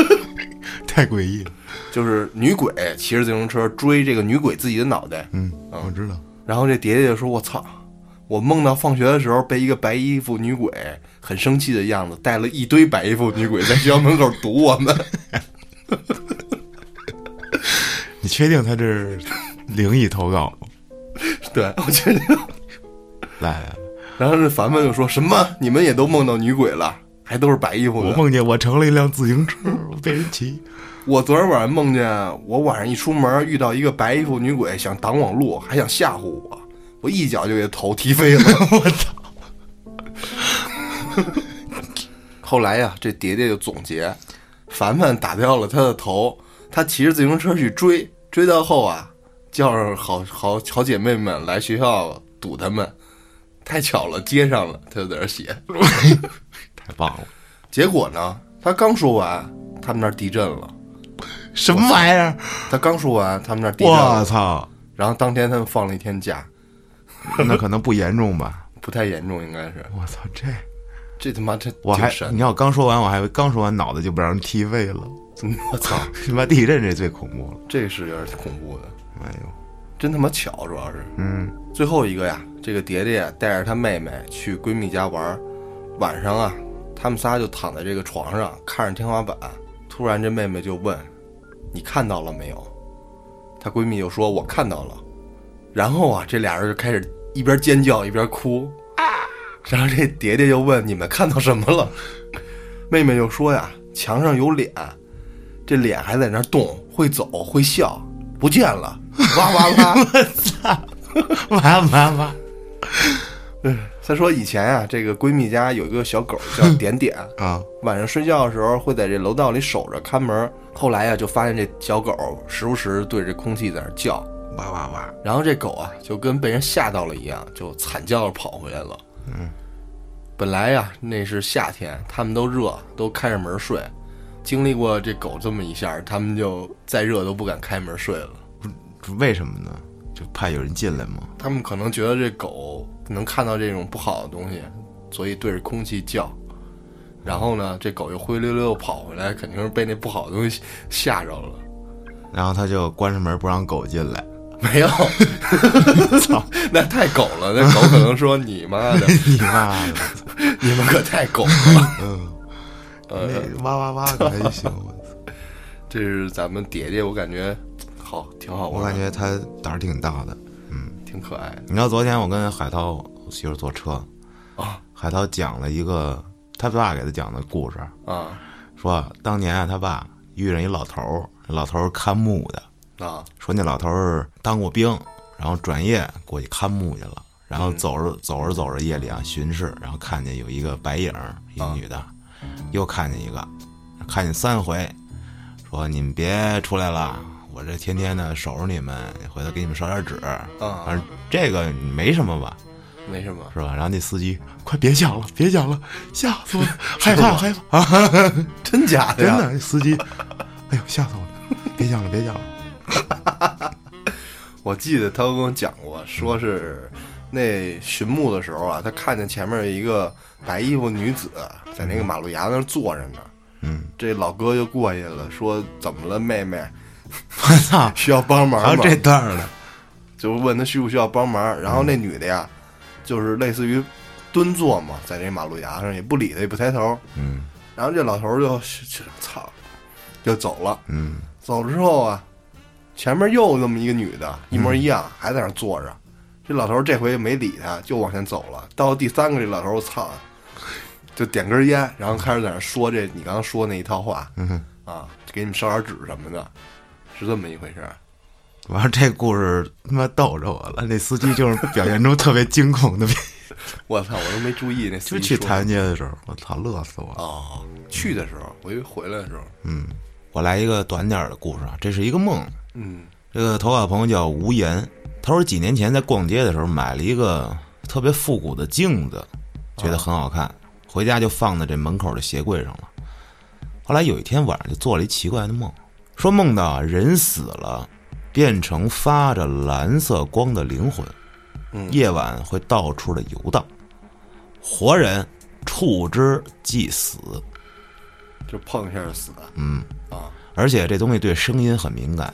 太诡异了。
就是女鬼骑着自行车追这个女鬼自己的脑袋。
嗯，我知道，
然后这蝶蝶就说：“我操，我梦到放学的时候被一个白衣服女鬼很生气的样子，带了一堆白衣服女鬼在学校门口堵我们。
你确定他这是灵异投稿 吗？
对，我觉得。
来来来，
然后这凡凡就说什么：“你们也都梦到女鬼了，还都是白衣服
我
的。
梦见我乘了一辆自行车，我被人骑。
我昨天晚上梦见，我晚上一出门遇到一个白衣服女鬼，想挡我路，还想吓唬我，我一脚就给头踢飞了。我操！后来呀、这蝶蝶就总结，凡凡打掉了他的头，他骑着自行车去追，追到后啊，叫上好好好姐妹们来学校堵他们，太巧了，接上了，他就在这儿写。
太棒了，
结果呢，他刚说完，他们那儿地震了。
什么玩意儿？
他刚说完，他们那儿地震
我
了，
操，
然后当天他们放了一天假，
那可能不严重吧？
不太严重，应该是。
我操，这
这他妈这
我还
挺神
你看我刚说完，我还以为刚说完脑袋就被让人踢飞了。
我操，
他妈地震这最恐怖了，
这是有点恐怖的，
哎呦，
真他妈巧，主要是。
嗯，
最后一个呀，这个蝶蝶带着她妹妹去闺蜜家玩儿，晚上啊，他们仨就躺在这个床上看着天花板，突然这妹妹就问：“你看到了没有？”她闺蜜就说：“我看到了。”然后啊，这俩人就开始一边尖叫一边哭。然后这蝶蝶就问：“你们看到什么了？”妹妹就说呀：“墙上有脸，这脸还在那儿动，会走会笑，不见了，哇哇哇！”
妈妈妈，
她说以前啊，这个闺蜜家有一个小狗叫点点，
啊，
晚上睡觉的时候会在这楼道里守着看门。后来啊呀、就发现这小狗时不时对着空气在那儿叫，
哇哇哇，
然后这狗啊就跟被人吓到了一样，就惨叫着跑回来了。嗯，本来呀、那是夏天，他们都热，都开着门睡。经历过这狗这么一下，他们就再热都不敢开门睡了。
为什么呢？就怕有人进来吗？
他们可能觉得这狗能看到这种不好的东西，所以对着空气叫。然后呢，这狗又灰溜溜跑回来，肯定是被那不好的东西吓着了。
然后他就关上门不让狗进来。
没有， 那太狗了。那狗可能说：“你妈 的，
你妈的！
你们可太狗 了。
嗯，
呃
那哇哇哇可还行，我操”
这是咱们蝶蝶，我感觉好，挺好玩
我
的，
感觉他胆儿挺大的。
挺可爱的。
你知道昨天我跟海涛我媳妇儿坐车
啊，
海涛讲了一个他爸给他讲的故事，
啊
说当年啊他爸遇上一老头儿，老头儿看墓的，
啊，
说那老头儿当过兵，然后转业过去看墓去了，然
嗯
后走着走着走着夜里啊巡视，然后看见有一个白影儿，一
啊
女的，又看见一个，看见三回，说你们别出来了，我这天天的守着你们，回头给你们烧点纸，
啊
反正这个没什么吧，
没什么，
是吧？然后那司机快别讲了，别讲了，吓死我了，害 怕害怕啊！
真假的
真
呀？
的，那司机，哎呦吓死我了，别讲了 别讲了，
我记得他跟我讲过，说是那巡墓的时候啊，他看见前面有一个白衣服女子在那个马路牙子那儿坐着呢。
嗯，
这老哥就过去了，说怎么了，妹妹，
我操！
需要帮忙吗？
还有这段儿呢，
就问他需不需要帮忙。然后那
嗯
女的呀，就是类似于蹲坐嘛，在这马路牙上也不理他，也不抬头。
嗯
然后这老头儿就就操，就走了。
嗯
走了之后啊，前面又那么一个女的，一模一样，还在那儿坐着。这老头儿这回没理他，就往前走了。到第三个，这老头儿操，就点根烟，然后开始在那儿说这你刚刚说那一套话
嗯，
啊，给你们烧点纸什么的，是这么一回事儿。
完了这故事他妈逗着我了，那司机就是表现出特别惊恐 的，
我操，我都没注意那司
就
机
去
说
太原街的时候，我操，乐死我了。
哦，去的时候，我以为回来的时候，
嗯，我来一个短点儿的故事啊，这是一个梦。
嗯
这个投稿朋友叫无言，他说几年前在逛街的时候买了一个特别复古的镜子，觉得很好看，回家就放在这门口的鞋柜上了。后来有一天晚上就做了一奇怪的梦，说梦到啊人死了，变成发着蓝色光的灵魂，
嗯
夜晚会到处的游荡，活人触之即死，
就碰一下就死，
嗯
啊，
而且这东西对声音很敏感。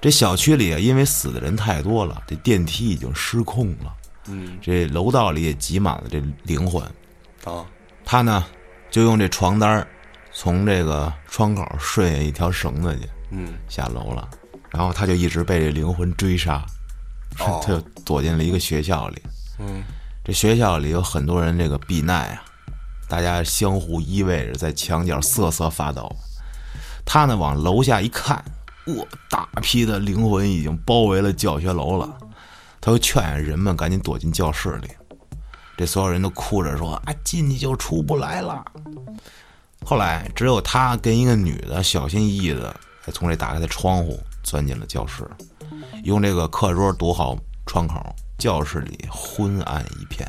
这小区里啊因为死的人太多了，这电梯已经失控了，
嗯
这楼道里也挤满了这灵魂。
啊，
他呢，就用这床单儿从这个窗口顺下一条绳子去
嗯
下楼了，然后他就一直被这灵魂追杀，
哦
他就躲进了一个学校里。
嗯
这学校里有很多人这个避难啊，大家相互依偎着在墙角瑟瑟发抖。他呢往楼下一看，哇，大批的灵魂已经包围了教学楼了。他又劝人们赶紧躲进教室里，这所有人都哭着说：“啊，进去就出不来了。”后来只有他跟一个女的小心翼翼的才从这打开的窗户钻进了教室。用这个课桌堵好窗口，教室里昏暗一片，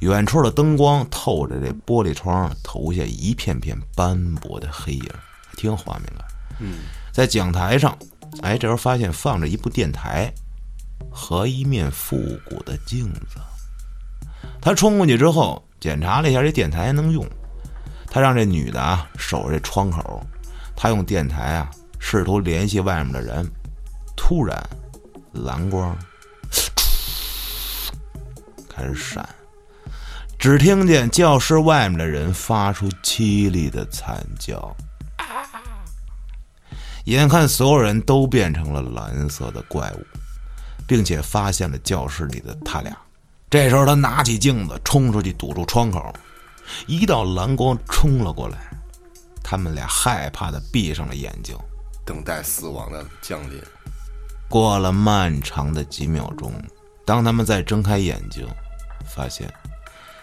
远处的灯光透着这玻璃窗，投下一片片斑驳的黑影，还挺有画面感。
嗯，
在讲台上，哎，这时候发现放着一部电台和一面复古的镜子。他冲过去之后，检查了一下这电台还能用，他让这女的啊守着这窗口，他用电台啊试图联系外面的人。突然，蓝光开始闪，只听见教室外面的人发出凄厉的惨叫。眼看所有人都变成了蓝色的怪物，并且发现了教室里的他俩。这时候，他拿起镜子冲出去堵住窗口，一道蓝光冲了过来，他们俩害怕的闭上了眼睛。
等待死亡的降临，
过了漫长的几秒钟，当他们再睁开眼睛，发现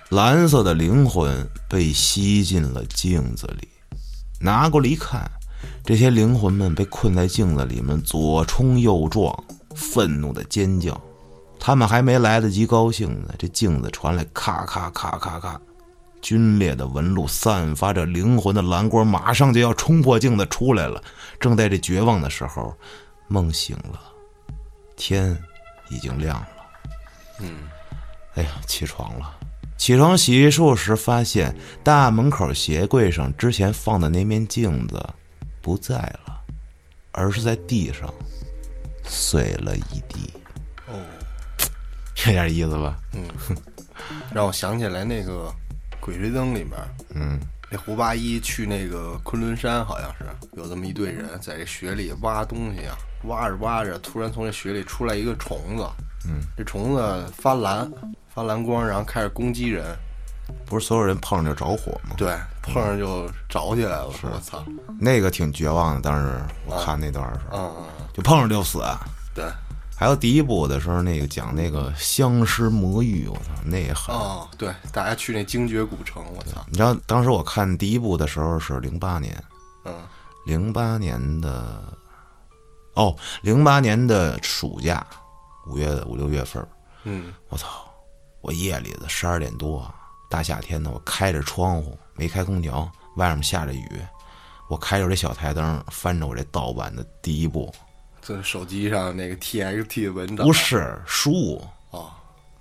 蓝色的灵魂被吸进了镜子里。拿过来一看，这些灵魂们被困在镜子里面，左冲右撞，愤怒的尖叫。他们还没来得及高兴呢，这镜子传来咔咔咔咔咔，皲裂的纹路散发着灵魂的蓝光，马上就要冲破镜子出来了。正在这绝望的时候，梦醒了，天已经亮了。
嗯，
哎呀，起床了。起床洗漱时，发现大门口鞋柜上之前放的那面镜子不在了，而是在地上碎了一地。
哦，
有点意思吧？
让我想起来那个《鬼吹灯》里面，
嗯，
那胡八一去那个昆仑山，好像是有这么一队人在这雪里挖东西啊，挖着挖着，突然从这雪里出来一个虫子，嗯，这虫子发蓝发蓝光，然后开始攻击人，
不是所有人碰着就着火吗？
对，碰上就着起来了，我操，
那个挺绝望的。当时我看那段儿的时候，
嗯，嗯
就碰上就死。啊
对，
还有第一部的时候，那个讲那个相尸魔域，我操，那也狠。
哦，对，大家去那精绝古城，我操，
你知道当时我看第一部的时候是零八年，
嗯
零八年的，哦，零八年的暑假，五月五六月份儿，
嗯，
我操！我夜里的十二点多，啊大夏天的，我开着窗户，没开空调，外面下着雨，我开着这小台灯，翻着我这盗版的第一部，
这手机上那个 TXT 文档，
不是书，
哦，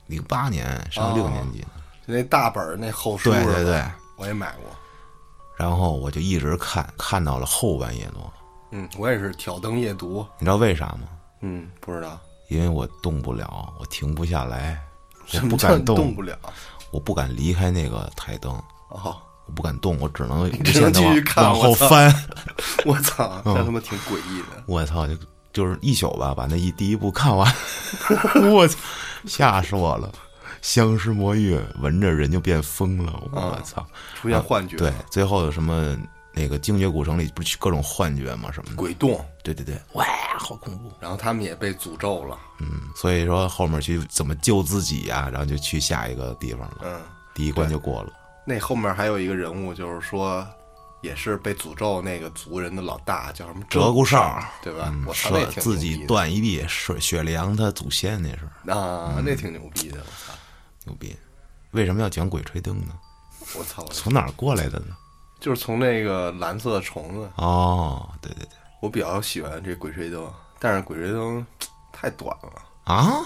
零八年上六年级呢，
就那大本儿那厚书，
对对对，，
我也买过，
然后我就一直看，看到了后半夜多，
嗯，我也是挑灯夜读，
你知道为啥吗？
嗯，不知道，
因为我动不了，我停不下来，我
什么
不
叫
敢
你
动，
动不了？
我不敢离开那个台灯，
哦，
我不敢动，我只能无
只
限的
能继
往
续看
往
我
后
操
翻。
我操，
嗯
那他妈挺诡异的，
我操，就就是一宿吧，把那一第一部看完， 我操，吓死我了！相识魔域，闻着人就变疯了，
啊
我操！
出现幻觉，
啊对，最后有什么那个精绝古城里不是各种幻觉吗？什么的？
鬼洞，
对对对，哇，好恐怖！
然后他们也被诅咒了，
嗯，所以说后面去怎么救自己呀、然后就去下一个地方了，
嗯。
第一关就过了。
那后面还有一个人物，就是说，也是被诅咒那个族人的老大，叫什么
鹧鸪哨，
对吧？
嗯
我操，那
射
挺
自
牛
己
逼的
断一臂，雪雪里阳他祖先那是
啊，那挺牛逼的，我操！
牛逼。为什么要讲鬼吹灯呢？
我操，我操
从哪儿过来的呢？
就是从那个蓝色的虫子，
哦，对对对，
我比较喜欢这鬼吹灯，但是鬼吹灯太短了。
啊，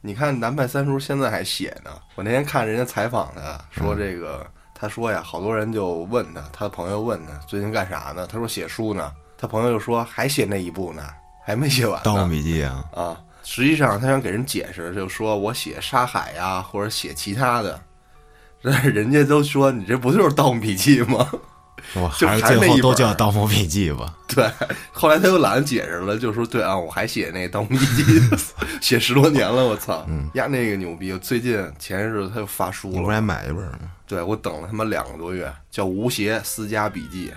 你看南派三叔现在还写呢，我那天看人家采访他，说这个，他说呀，好多人就问他，他朋友问他最近干啥呢？他说写书呢，他朋友就说还写那一部呢，还没写完
《
呢
盗。墓笔记》啊，
啊，实际上他想给人解释，就说我写沙海呀、或者写其他的，但是人家都说你这不就是《盗墓笔记》吗？
我
就
还是
还那
最后
一
都
本
叫
儿
《盗墓笔记》吧。
对，后来他又懒得解释了，就说对啊，我还写那《盗墓笔记》， 写十多年了，我操，呀那个牛逼！我最近前些日子他又发
你
书
不
了，
是还买一本儿吗？
对我等了他妈两个多月，叫《吴邪私家笔记》。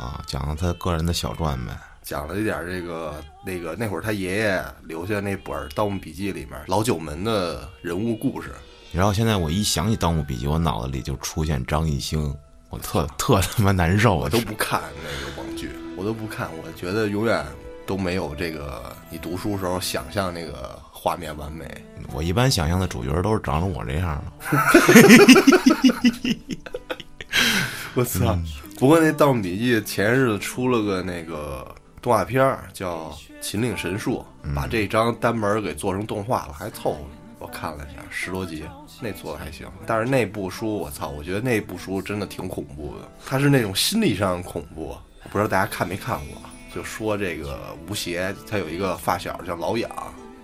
啊，讲了他个人的小传呗。
讲了一点这个那个那会儿他爷爷留下那本《盗墓笔记》里面老九门的人物故事，
然后现在我一想起《盗墓笔记》，我脑子里就出现张艺兴，我特特他妈难受，我啊
我都不看那个网剧，我都不看，我觉得永远都没有这个你读书时候想象那个画面完美。
我一般想象的主角都是长成我这样的。
我操！不过那《盗墓笔记》前日子出了个那个动画片儿，叫《秦岭神树》，把这张单门儿给做成动画了，还凑合。我看了一下，十多集，那做的还行。但是那部书，我操，我觉得那部书真的挺恐怖的，它是那种心理上恐怖。我不知道大家看没看过，就说这个吴邪，他有一个发小叫老痒，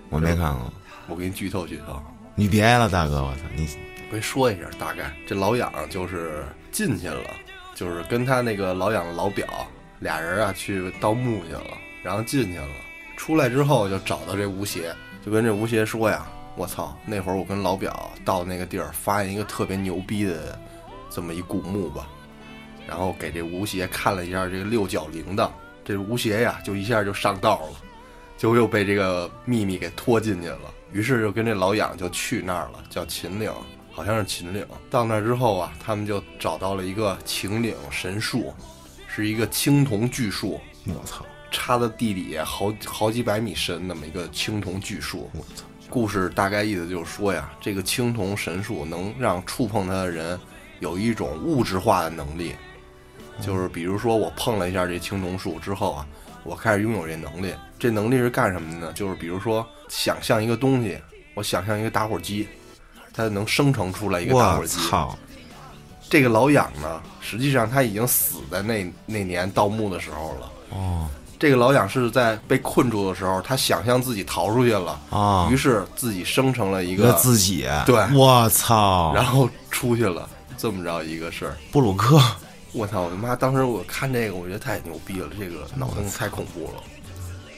我没看过，
我给你剧透剧透。
你别了，大哥，我操你！
我跟你说一下，大概这老痒就是进去了，就是跟他那个老痒的老表俩人啊去盗墓去了，然后进去了，出来之后就找到这吴邪，就跟这吴邪说呀：“我操，那会儿我跟老表到那个地儿发现一个特别牛逼的这么一古墓吧，然后给这吴邪看了一下这个六角铃铛，这吴邪呀就一下就上道了。”就又被这个秘密给拖进去了。于是就跟这老痒就去那儿了，叫秦岭，好像是秦岭。到那儿之后啊，他们就找到了一个秦岭神树，是一个青铜巨树，
我操，
插在地底下好好几百米深那么一个青铜巨树。
我操！
故事大概意思就是说呀，这个青铜神树能让触碰它的人有一种物质化的能力，就是比如说我碰了一下这青铜树之后啊，我开始拥有这能力。这能力是干什么的呢？就是比如说想象一个东西，我想象一个打火机，它能生成出来一个打火
我
机。
操！
这个老痒呢，实际上他已经死在那那年盗墓的时候了。
哦
这个老痒是在被困住的时候，他想象自己逃出去了，
啊
于，是自己生成了一
一
个
个自己，
对
我操！
然后出去了，这么着一个事儿。
布鲁克，
我操！我他妈当时我看这个，我觉得太牛逼了，这个脑洞太恐怖了。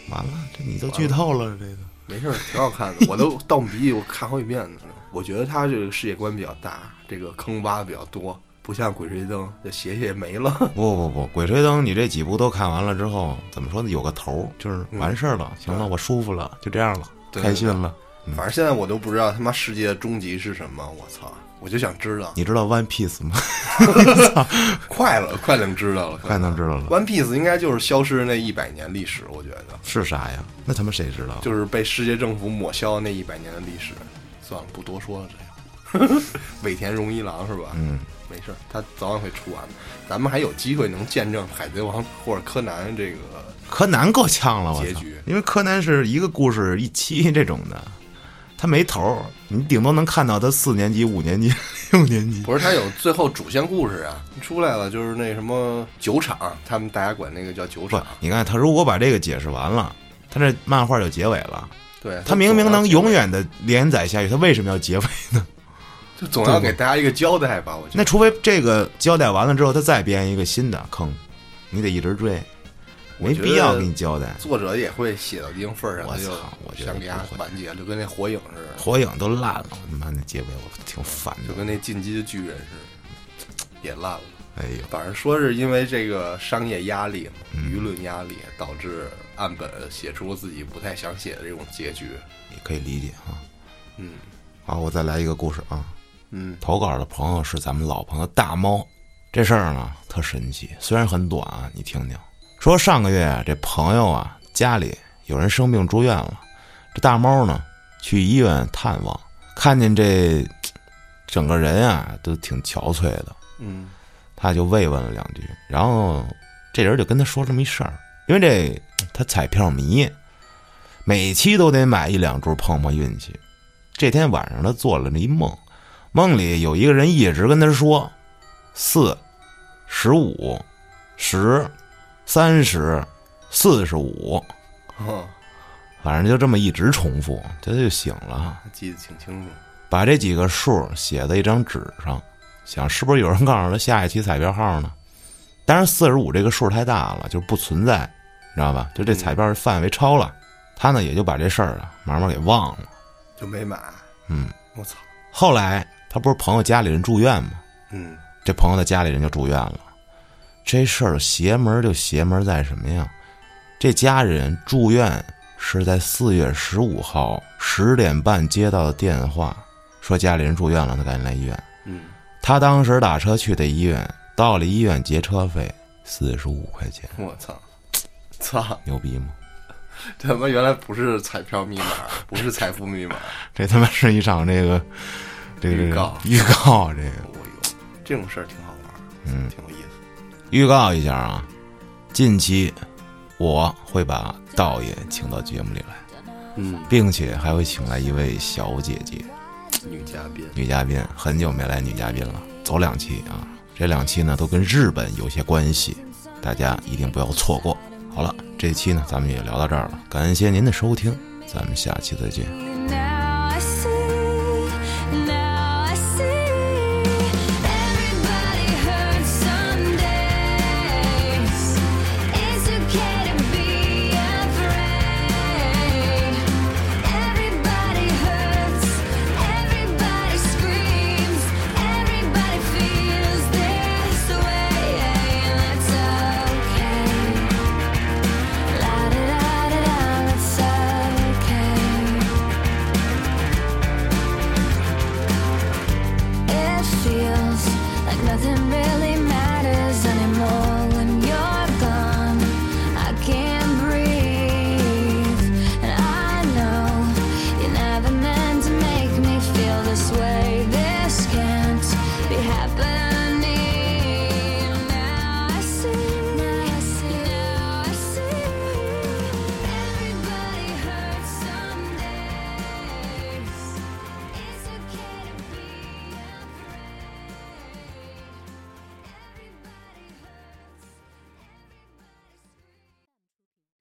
完了，这你都剧透了这个。
没事儿，挺好看的。我都《盗墓笔记》我看好几遍呢。我觉得他这个世界观比较大，这个坑挖的比较多，不像《鬼吹灯》这写写没 了。
不不不，《鬼吹灯》你这几部都看完了之后，怎么说呢？有个头儿，就是完事儿了，行了，我舒服了，就这样了，
对
开心了。
反正现在我都不知道他妈世界的终极是什么，我操！我就想知道，
你知道 One Piece 吗？
快了，快能知道了，
快能知道了，
One Piece 应该就是消失那一百年历史，我觉得
是啥呀？那他妈谁知道？
就是被世界政府抹消那一百年的历史。算了，不多说了，这个 尾田荣一郎是吧？
嗯，
没事儿，他早晚会出完的。咱们还有机会能见证《海贼王》或者《柯南》这个。
柯南够呛了，我
结
操
局！
因为柯南是一个故事一期这种的，他没头儿，你顶多能看到他四年级、五年级、六年级。
不是，他有最后主线故事啊，出来了就是那什么酒厂，他们大家管那个叫酒
不
厂。，
你看他如果把这个解释完了，他这漫画就结尾了。
对，
他明明能永远的连载下去，他为什么要结尾？
就总要给大家一个交代吧，我觉得。
那除非这个交代完了之后，他再编一个新的坑，你得一直追，
我
没
觉
必要
得
给你交代。
作者也会写到一定份儿上，
我
他就
操我觉得
想给大家
不会
完结，就跟那火影似的。
火影都烂了，我他妈那结尾我挺烦
就
的。
跟那进击的巨人似的，也烂了。
哎呦，
反正说是因为这个商业压力嘛、
嗯
舆论压力，导致岸本写出了自己不太想写的这种结局。
你可以理解啊。
嗯
好，我再来一个故事啊。
嗯，
投稿的朋友是咱们老朋友大猫。这事儿呢特神奇，虽然很短啊，你听听。说上个月啊，这朋友啊家里有人生病住院了，这大猫呢去医院探望，看见这整个人啊都挺憔悴的，
嗯，
他就慰问了两句，然后这人就跟他说这么一事儿，因为这他彩票迷，每期都得买一两注碰碰运气。这天晚上他做了一梦，梦里有一个人一直跟他说四、十五、十、三十、四十五，嗯
哦，
反正就这么一直重复，他就醒了。
记得挺清楚。
把这几个数写在一张纸上，想是不是有人告诉他下一期彩票号呢？当然，四十五这个数太大了，就是不存在，你知道吧？就这彩票范围超了，他呢也就把这事儿啊慢慢给忘了。
就没买。
嗯，
我操。
后来他不是朋友家里人住院吗？
嗯，
这朋友的家里人就住院了。这事儿邪门儿就邪门儿在什么呀？这家人住院是在四月十五号十点半接到的电话，说家里人住院了，他赶紧来医院。
嗯，
他当时打车去的医院，到了医院结车费四十五块钱，
我操，操，
牛逼吗？
这他妈原来不是彩票密码，不是财富密码。
这他妈是一场这个这个这个
预告
预告这个
我哟，哎这种事儿挺好玩儿，
嗯
挺有意思。
预告一下啊，近期我会把道爷请到节目里来，
嗯，
并且还会请来一位小姐姐
女嘉宾，
女嘉宾，很久没来女嘉宾了，走两期啊，这两期呢都跟日本有些关系，大家一定不要错过。好了，这期呢咱们也聊到这儿了，感谢您的收听，咱们下期再见。
「